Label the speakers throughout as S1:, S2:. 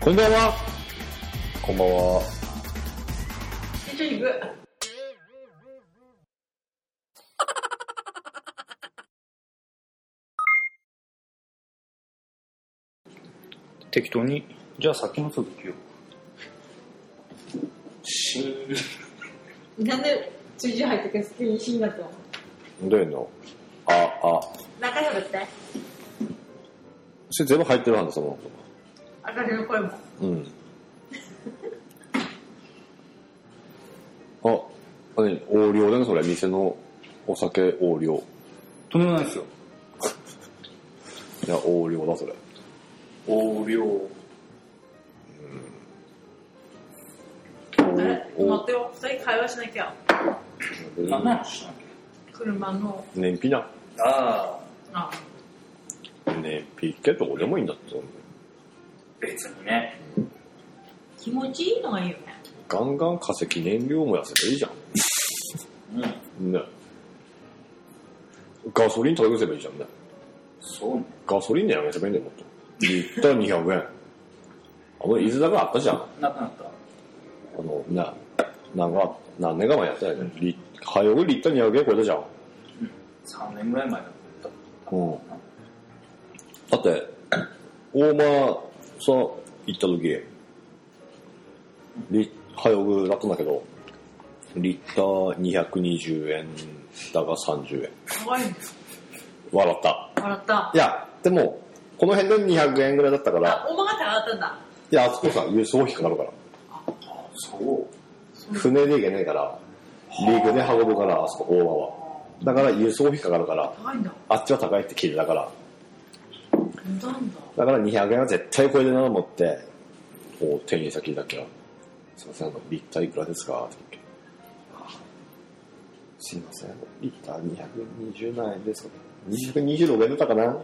S1: こんばんは。
S2: こんばんは。
S3: ちょいぐ。
S2: 適当に。じゃあ先の続きを。
S3: なんで、ちょい入ってくる急に死んだと思う。
S2: どういうのあ、あ。
S3: 仲良くして。
S2: それ全部入ってるはず、その。
S3: 私の声も。
S2: うん。あ、あれ、横領だね、それ。店のお酒横領。
S1: とんでもないですよ。
S2: いや、横領だ、それ。
S1: 横領。
S3: え、
S2: お
S3: 待ってよ。二人会話しなきゃ。
S1: 何の話したっ
S3: 車の、
S2: 燃費な。
S1: けああ、
S3: あ、
S2: 燃費ってどこでもいいんだって。
S1: 別にね。
S3: 気持ちいいのがいいよね。
S2: ガンガン化石燃料燃やせばいいじゃん。
S1: うん。
S2: ね。ガソリン取り寄せばいいじゃんね。
S1: そうね。
S2: ガソリンでやめせばいいんだよ、もっと。リッター200円。あの、伊豆だがあったじゃん。
S1: なくなった。
S2: あの、な、なんか、何年か前やったよね。リ早送りリッター200円超えたじゃん。
S1: 3年ぐらい前だった。
S2: うん。だって、大間さ、行った時、リ早送だったんだけど、リッター220円だが30円。
S3: 可愛いんです。
S2: 笑った。
S3: 笑った
S2: い。や、でも、この辺で200円ぐらいだったから
S3: あ、、おまが高かったんだ。
S2: いや、あそこさ、輸送費かかるから。
S1: あそう。
S2: 船で行けないから、陸で運ぶから、あそこ、大間は。だから輸送費かかるから、
S3: 高いんだ。
S2: あっちは高いって聞いてたから、
S3: なんだ。
S2: だから200円は絶対超えてるなと思って、こう店員先だけは、すいません、あの、リッターいくらですかって言ってすいません、リッター220何円ですか ?226 円だったかな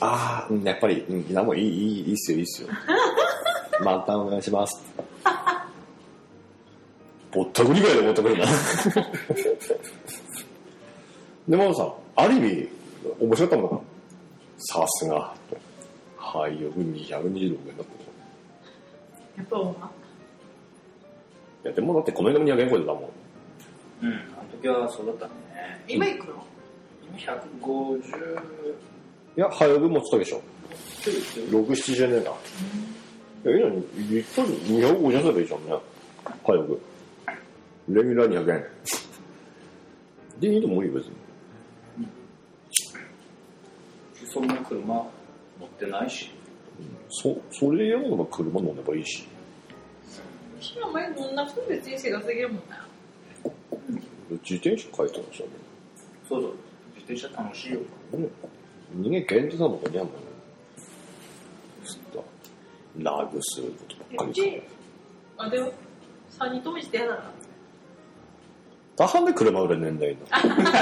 S2: ああ、うんやっぱり、うん、なんもいい、いい、いいっすよ、いいっすよ。 満タンお願いします。ぼったくりぐらいでぼったくりだな。 でもさ、ある意味、面白かったもんな。さすが。はい、よく226円だった。い
S3: やっぱおま。
S2: や、でもだってこの間も200円超えてたもん。
S1: うん、あの時はそうだったね。
S3: 今行くの
S1: 今150、
S2: いや、早く持ってたでしょ。
S1: ちょいちょい
S2: 6、70円だ。いや、いいのに、一本250円すればいいじゃんね。早く。レギュラー200円。で、いいと思うよ、別に。
S1: そんな車乗ってないし。
S2: そ、それで嫌なら車乗ればいいし。
S3: 今前乗んなくても別に生活できるもんね。
S2: 自転車買いたんですよね。
S1: そうそう。自転車楽しいよ。
S2: ね人間限定なのかね、あんまり。ずっと、ラグすることばっ
S3: う
S2: かり
S3: ち、あれを3人ともしてやだな。
S2: だからで車売れねえんだよ、今。
S3: あれなんか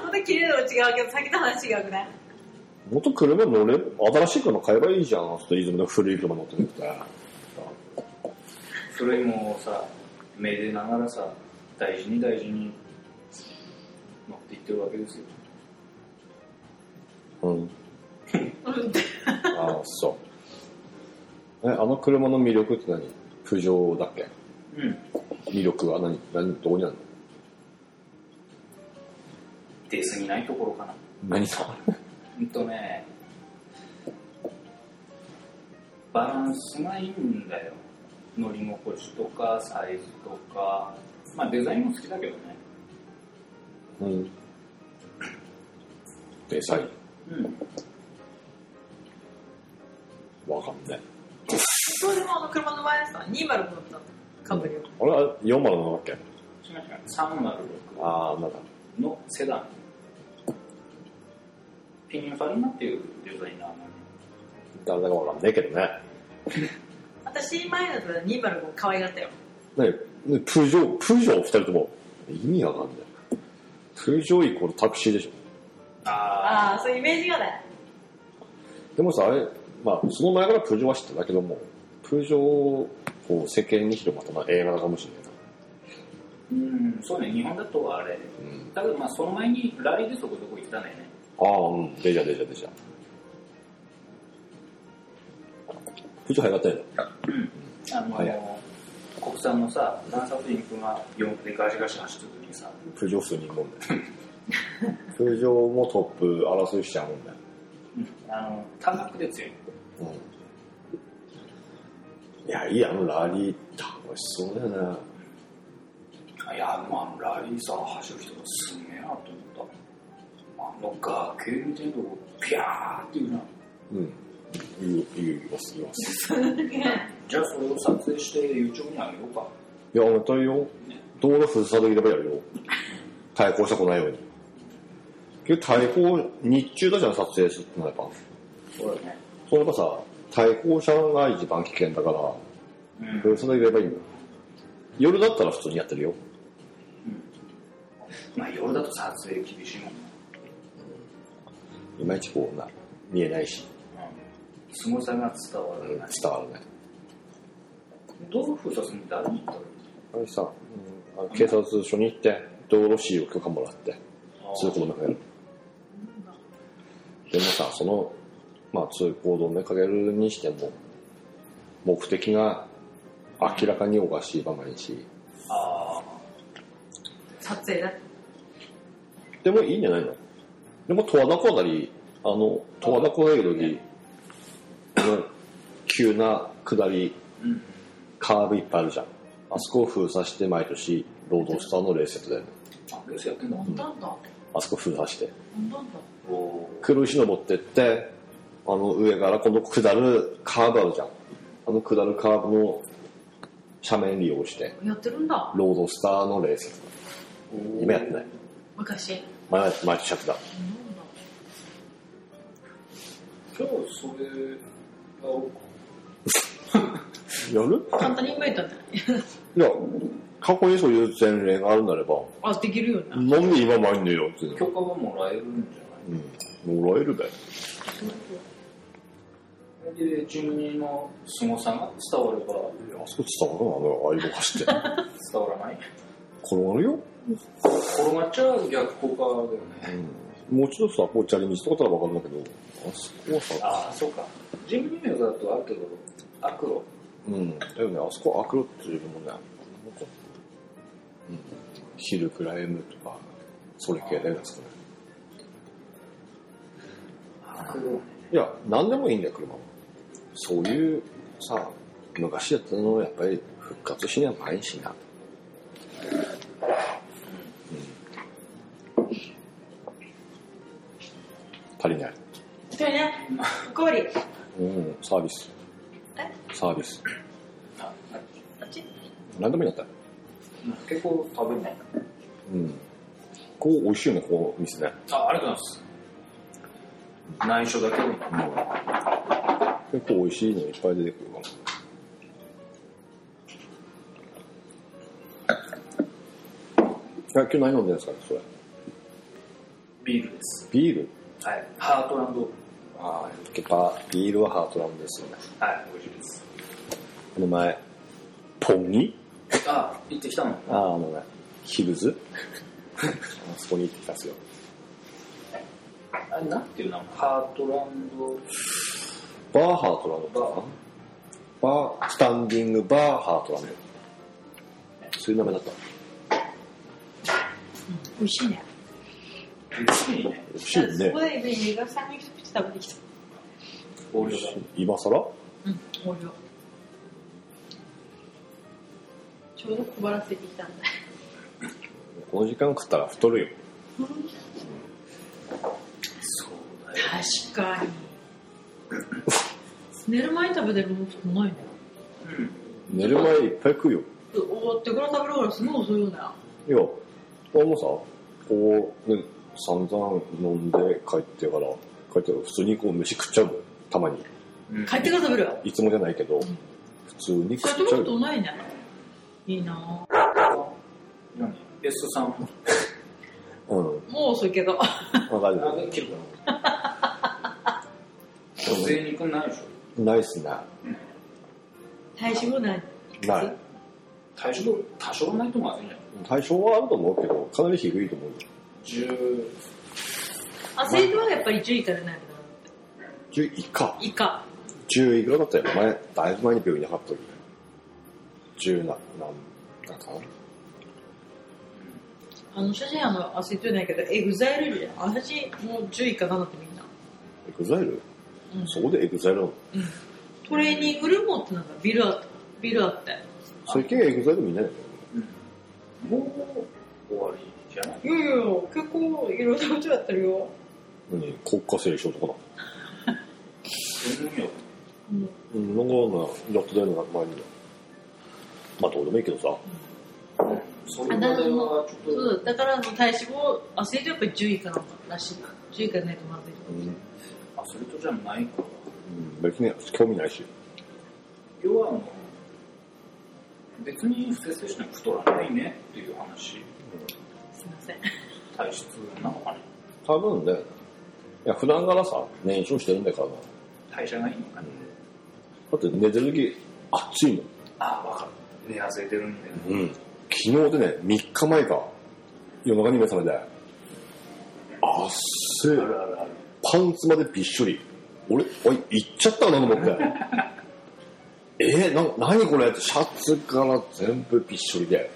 S3: そこで切れるの違うけど、さっきの話違うくない
S2: もっと車乗れ、新しい車買えばいいじゃん。ちょっといつもの古い車乗ってなくて。
S1: それもさ、めでながらさ、大事に大事に乗っていってるわけですよ。
S2: うん。
S3: うんって。
S2: ああ、そう。え、あの車の魅力って何浮上だっけ
S1: うん。
S2: 魅力は何何どこにあるの
S1: 出過ぎないところかな。
S2: 何さ。
S1: うんとね、バランスがいいんだよ。乗り心地とか、サイズとか、まあデザインも好きだけどね。
S2: うん。デザイン。
S1: うん。
S2: わかんね
S3: そうでもあの車の前でさ、205だったの。カントリーを。
S2: え。あれ、あれ4丸なんだっけ
S1: 違う違う。
S2: あ
S1: 306
S2: あ、なんだ。
S1: のセダン。ピニファリナっていうデザイナーなのね。
S2: 誰だかわかんねえけどね。
S3: 私前だったら205可愛がったよ。
S2: ね、ねプージョー、プージョー二人とも。意味わかんない。プージョーイコールタクシーでしょ。
S1: あ
S3: ああ、そういうイメージがね。
S2: でもさ、あれ、まあ、その前からプージョーは知ってたけども、プージョーをこう世間に広まったのは映画なのかもし
S1: うん、そうね、日本だとあれ。
S2: れないな。うん。
S1: だけど、まあ、その前にラリーでそこそこ行ってたんだよね。
S2: ああ、うん。デジャデジャデジャ。プージョー早かったよね。
S1: あの、
S2: はい
S1: 国産のさ、男殺人君が4区でガシガシ走ってた時にさ、
S2: プージョー数人問題。プージョーもトップ争いしちゃう問題。
S1: うんあの、単独で強い。
S2: うん。いや、いいや、あのラリー楽しそうだよね。
S1: いや、でもあのラリーさ、走る人がすげえなと思った。あの崖みたいなとこ、ピャーっていうな。
S2: うん。言う、言う、言います、言います。
S1: じゃあそれを撮影して YouTube にあげようか。
S2: いや、またよ。道路封鎖できればやるよ。対抗したくないように。けど対抗、日中だじゃん、撮影するってのはやっぱ。
S1: そうだね。
S2: そういえばさ、対抗者が一番危険だから、
S1: うん。
S2: 封鎖できればいいんだよ。夜だったら普通にやってるよ。
S1: まあ夜だと撮影厳しいもんね。
S2: いまいちこうな、見えないし、
S1: うん。凄さが伝わ
S2: うん
S1: る
S2: 伝
S1: ない。
S2: わらない。
S1: どう封鎖するの誰に言ったの
S2: あれさ、うんあの警察署に行って、道路使用許可もらって、通行止めかける。でもさ、その、まあ、通行止めかけるにしても、目的が明らかにおかしい場面し、
S1: あ
S3: 撮影だ。
S2: でもいいんじゃないのでも、十和田湖なり、あの、十和田湖だけどに、あの、急な下り、
S1: ーうん。
S2: カーブいっぱいあるじゃん。あそこを封鎖して毎年、ロードスターのレースやってたよね。
S1: あ、レースやってんだ
S3: ほ。んとんどん。
S2: あそこ封鎖して。
S3: ほんとんどん。
S1: おー
S2: 黒石登ってって、あの上からこの下るカーブあるじゃん。あの下るカーブの斜面利用して、
S3: やってるんだ。
S2: ロードスターのレース。今やってない。
S3: 昔。
S2: 毎日毎年やってた。
S3: ほんとんどん
S1: 今日それが多く
S2: やる
S3: 簡単に今言ったんじゃない
S2: いや、過去にそういう前例があるなれば、
S3: あ、できるよな。
S2: なんで今ないんだよっていうの
S1: 許可はもらえるんじゃ
S2: うん。もらえるべ。
S1: ないで、人の凄さが伝われば
S2: あそこ伝わるのあの、ああいうの走って。
S1: 伝わらない。
S2: 転がるよ。
S1: 転がっちゃ逆効果だよね。
S2: うん。もうちょっとさ、こう、砂利道とかだったらわかるんだけど、あそこはさ、
S1: ああ、そうか。人民名だとあるけど、悪路。
S2: うん。だよね、あそこアクロっていうもんね。なんかうん。ヒルクライムとか、それ系だよね、あそこね。
S1: 悪路ね。
S2: いや、なんでもいいんだよ、車は。そういう、さ、昔やったのをやっぱり復活しにはないしな。足りない。
S3: 一人ね、おかわり。
S2: うん、サービス。
S3: え
S2: サービス。
S1: ああ
S3: あっち
S2: なんでもいいんだったら。
S1: 結構食べない。
S2: うん。こう、美味しいよね、この店ね。
S1: あ、ありがとうございます。内緒だけど、
S2: 結構美味しいのいっぱい出てくるかな。いや、今日何飲んでるんですかね、それ。
S1: ビールです。
S2: ビール
S1: はい。ハートランド。
S2: ああ、やっぱビールはハートランドですよね。
S1: はい、美味しいです。
S2: この前、ポニ
S1: あ、行ってきたの
S2: ああ、あのね、ヒルズあそこに行ってきたんですよ。
S1: あれ、なんていう名前ハートランド。
S2: バーハートランドかなバー、スタンディングバーハートランド。そういう名前だった。
S3: 美味しいね。
S1: 別にね、
S2: 美味しい
S3: そ
S2: ね
S3: こ。でね、映画さんに一口食べてきた。
S1: オールドだ。
S2: 今更
S3: うん、おいよ。ちょうど小腹空いてきたんだ。
S2: この時間食ったら太るよ。
S1: そうだよ。
S3: 確かに。寝る前に食べてるもの少ないね。
S2: 寝る前いっぱい食うよ。
S3: 終わってから食べるからすごい遅いよね。
S2: いや、俺もさ、こう、ね、散々飲んで帰ってから、帰ってから普通にこう飯食っちゃうもん。たまに。
S1: うん。うん
S3: 帰ってから食べる。
S2: いつもじゃないけど、普通に
S3: そ
S2: 食
S3: うやって
S2: っ
S3: こ
S2: ちゃうよ。
S3: とないね。いいなぁ。
S1: 何 ?S さんも。
S2: うん。
S3: もう遅いけど。
S2: まあ大丈
S1: あ
S2: 夫。
S1: 切るか女性肉ないでしょ
S2: ないっすね。
S3: 体脂肪ない。
S2: ない。
S1: 体脂肪多少ないとまずいんじゃない
S2: 対象はあると思うけど、かなり低いと思うよ。
S1: 10
S3: アスリートはやっぱり10位からないかな。
S2: 10以下。
S3: 以下。
S2: 10いくらだったよ。前、だいぶ前に病院に貼った時。10な、なん、なんかな。
S3: あの写真あのアスリートじゃないけど、エグザイルじゃん。私もう10位かなってみんな。
S2: エグザイル
S3: うん。
S2: そこでエグザイルなの
S3: うん。トレーニングルームってなんかビルあった。ビルあったよ。
S2: 最近エグザイル見ないの
S1: もう終わりじゃない
S3: いやいや、結構いろんなことやってるよ。
S2: 何国家斉唱とか
S1: 全然よ
S3: うん。
S2: な。うん、なんかな、やってたような前に。まあどうでもいいけどさ。
S1: そういう話題はちょっ
S3: そ
S1: と
S3: うだからあの体脂肪、アスリートやっぱり10位かららしい。10位からないとまずいと
S2: う
S3: 思う。
S2: ん、
S1: アスリートじゃないから
S2: うん別に興味ないし。
S1: 要はあの別に不摂生しなく太らないねっていう話
S3: すいません。
S1: 体質なのかね
S2: 多分ね、いや、普段からさ、燃焼してるんだからな。
S1: 代謝がいいのかね
S2: だって寝てる時、暑いの。
S1: ああわかる寝汗出るんだよね
S2: うん。昨日でね、3日前か、夜中に目覚めて、あっせ
S1: あるあるある
S2: パンツまでびっしょり。俺、おい、行っちゃったなと思って。 えー、な、なにこれシャツから全部びっしょりで。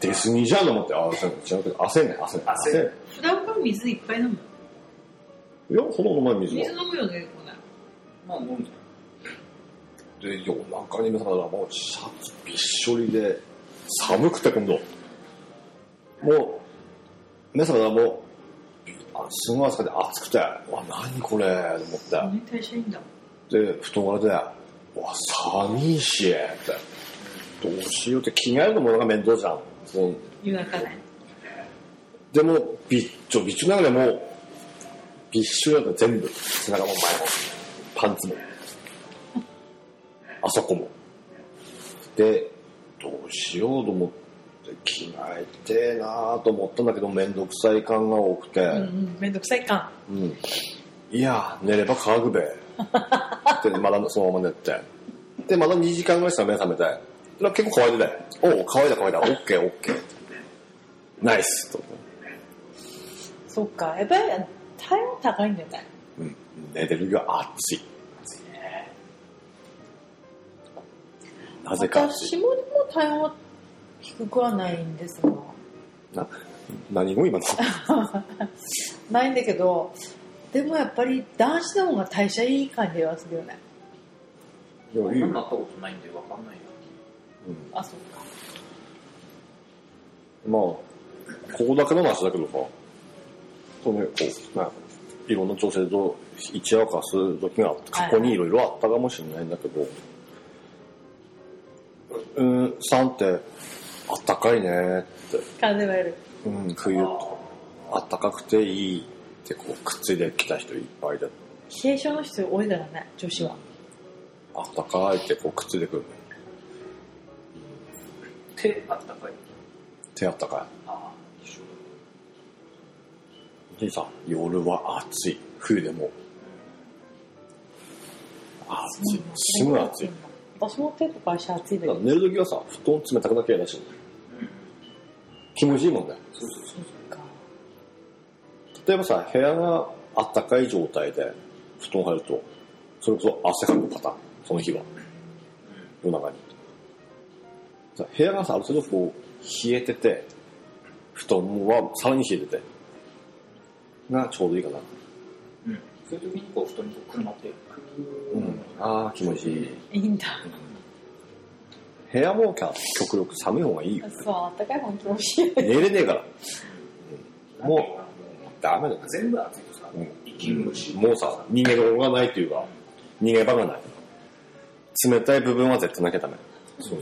S2: 出過ぎじゃんと思って、あー、違う、違う、汗ね、汗ね、
S1: 汗
S2: 汗ね。
S3: 普段から水いっぱい飲む。
S2: いや、ほとんど前水も
S3: 水。飲むよね、こんな。
S1: まあ飲んじゃ
S2: で、夜中に目覚めたらもうシャツびっしょりで、寒くて今度。もう、目覚めたらもう、あすごい汗かいて暑くて、うわ、何これと思って。
S3: こんなに代謝いいんだ。
S2: で、布団から出て、うわ、寒いし、って。どうしようって着替えるのもなんか面倒じゃん。そう
S3: 夜中ね。
S2: でも、びっちょびっちょながらもう、びっしょりだった全部。背中も前も、パンツも。あそこも。で、どうしようと思って、着替えてえなぁと思ったんだけど、面倒くさい感が多くて。
S3: うんうん。めんどくさいか。
S2: うん、いや、寝れば乾くべ。で、まだそのまま寝て。で、まだ2時間ぐらいしたら目覚めて。それは結構乾いてて。おお、乾いた乾いた。オッケーオッケー。ナイスと。
S3: そっか。やっぱり体温高いんじゃない
S2: うん。寝てるが暑い。なぜか暑
S3: 私
S2: い。
S3: もでも体温は低くはないんですが。
S2: な何も今の。
S3: ないんだけど、でもやっぱり男子の方が代謝いい感じはするよね。
S2: でも
S1: ない
S2: いよ
S1: 女になったことないんでわかんないよ
S2: うん
S3: あ、そっか。
S2: まあ、ここだけの話だけどさ、そうね、こう、なんかいろんな女性と一夜をかす時が過去にいろいろあったかもしれないんだけど、うん、さんって、あったかいねって、
S3: 感じはやる。
S2: うん、冬、あったかくていいってこう、くっついてきた人いっぱいで、
S3: 冷え性の人多いからね、女子は。
S2: あったかいってこう、くっついてくるね。
S1: 手あったかい
S2: 手あったか
S1: ああ一緒
S2: い。兄さん、夜は暑い。冬でも。暑い。すぐ暑い。。
S3: 私も手とか足暑いだけ
S2: だか
S3: ど
S2: ら。寝るときはさ、布団冷たくなきゃ嫌だし、
S1: うん
S2: 気持ちいいもんだよ。
S1: そうそう
S3: そっか。
S2: 例えばさ、部屋があったかい状態で布団入ると、それこそ汗かくパターン、その日は。夜中に。さ部屋がさ、ある程度こう、冷えてて、布団はさらに冷えてて、がちょうどいいかな。
S1: うんそういう時にこう布団にこうくるまってくる
S2: ああ、気持ちいい。
S3: いいんだ。
S2: 部屋も極力寒い方がいいよ。
S3: そう、あったかい方が気持ちいい。
S2: 寝れねえから。
S1: なんていうか
S2: ダメだよ
S1: もう。全部暑いとさ
S2: うん
S1: 息苦しい
S2: もうさ、逃げ場がないというか、逃げ場がない。冷たい部分は絶対なきゃダメ。
S1: そうそう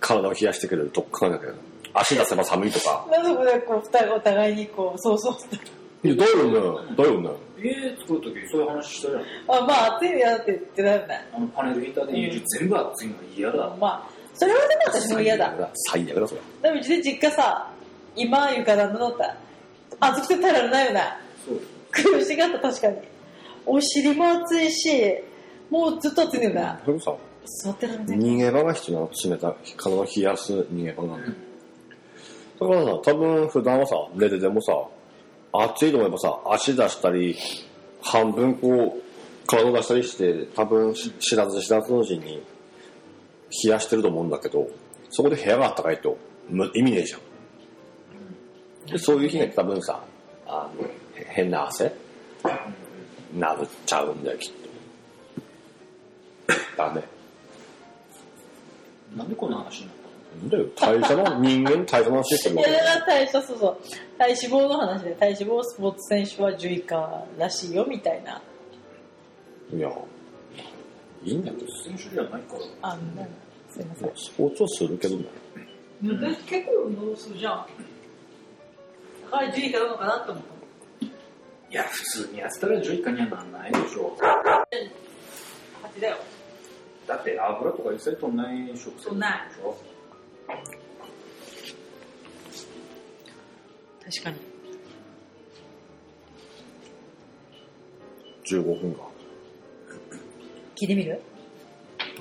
S2: 体を冷やしてくれるとこかなきゃダメ。足出せば寒いとか。
S3: なんでこれ、こう、二人お互いにこう、そうそうって。
S2: いやどういうのどういうの
S1: 家作る時そういう話したじゃん
S3: あ、まあ、暑いやって言ってたんだ。
S1: あのパネルヒーターで家中全部暑いのが嫌だ
S3: まあ、それはでも私も嫌だ。。
S2: 最悪だ、それ。
S3: でもうちで実家さ、今床暖のだった。暑くて耐えられないよね。
S1: そう
S3: 苦しかった、確かに。お尻も暑いし、もうずっと暑いんだよな。
S2: それこそ、
S3: 座ってられない。
S2: 逃げ場が必要なの。冷た、体を冷やす逃げ場なんだよ。だからさ、多分普段はさ、寝ててもさ、暑いと思えばさ、足出したり、半分こう、体を出したりして、多分し知らず知らずのうちに冷やしてると思うんだけど、そこで部屋が暖かいと、む意味ねえじゃん。でそういう日に多分さ、あの、へ変な汗なっちゃうんだよ、きっと。だね。
S1: なんでこんな話になっ
S2: なんだよ、代謝の、人間の代謝の話してる
S3: い
S2: わけ
S3: や、だ から代謝、そうそう。体脂肪の話で、体脂肪スポーツ選手は10以下らしいよ、みたいな。
S2: いや、いいんだ
S1: た
S2: け
S1: の
S2: ど、
S1: 選手じゃないから。
S3: あの、なんかすいません。
S2: スポーツはするけどね。
S3: 私結構運動するじゃん。だから10以下なのかなと思う。
S1: いや、普通にやったら10以下にはならないでしょ。
S3: 8だよ。
S1: だって油とか一切取んない食生活でしょ
S3: 取んない確かに。
S2: 15分が。
S3: 聞いてみる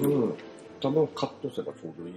S2: うん。多分カットすればちょうどいい。